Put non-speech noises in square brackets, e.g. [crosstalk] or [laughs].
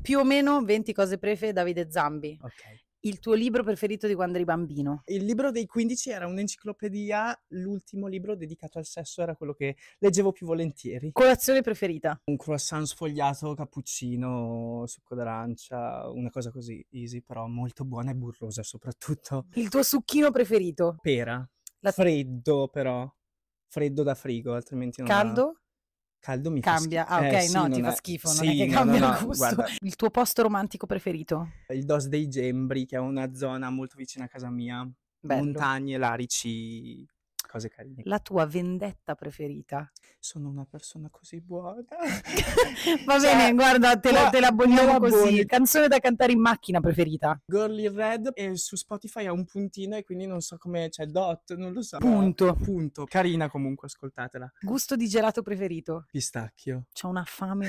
Più o meno 20 cose prefe Davide Zambi. Ok. Il tuo libro preferito di quando eri bambino? Il libro dei 15 era un'enciclopedia, l'ultimo libro dedicato al sesso era quello che leggevo più volentieri. Colazione preferita? Un croissant sfogliato, cappuccino, succo d'arancia, una cosa così easy, però molto buona e burrosa soprattutto. Il tuo succhino preferito? Pera. La- Freddo però. Freddo da frigo, altrimenti non ha- Caldo? Caldo mi fa Cambia. schifo. Ah, Eh, ok, sì, no, ti non fa è- schifo, non è sì, che no, cambia no, il no, gusto. guarda, Il tuo posto romantico preferito? il Dos dei Gembri, che è una zona molto vicina a casa mia. Bello. Montagne, larici, cose carine. La tua vendetta preferita? Sono una persona così buona. [laughs] Va Cioè, bene, guarda, te la, qua te la abboniamo non così. abboni. Canzone da cantare in macchina preferita? Girl in Red e su Spotify ha un puntino e quindi non so come c'è dot, non lo so. Punto. Punto. Carina comunque, ascoltatela. Gusto di gelato preferito? Pistacchio. C'ho una fame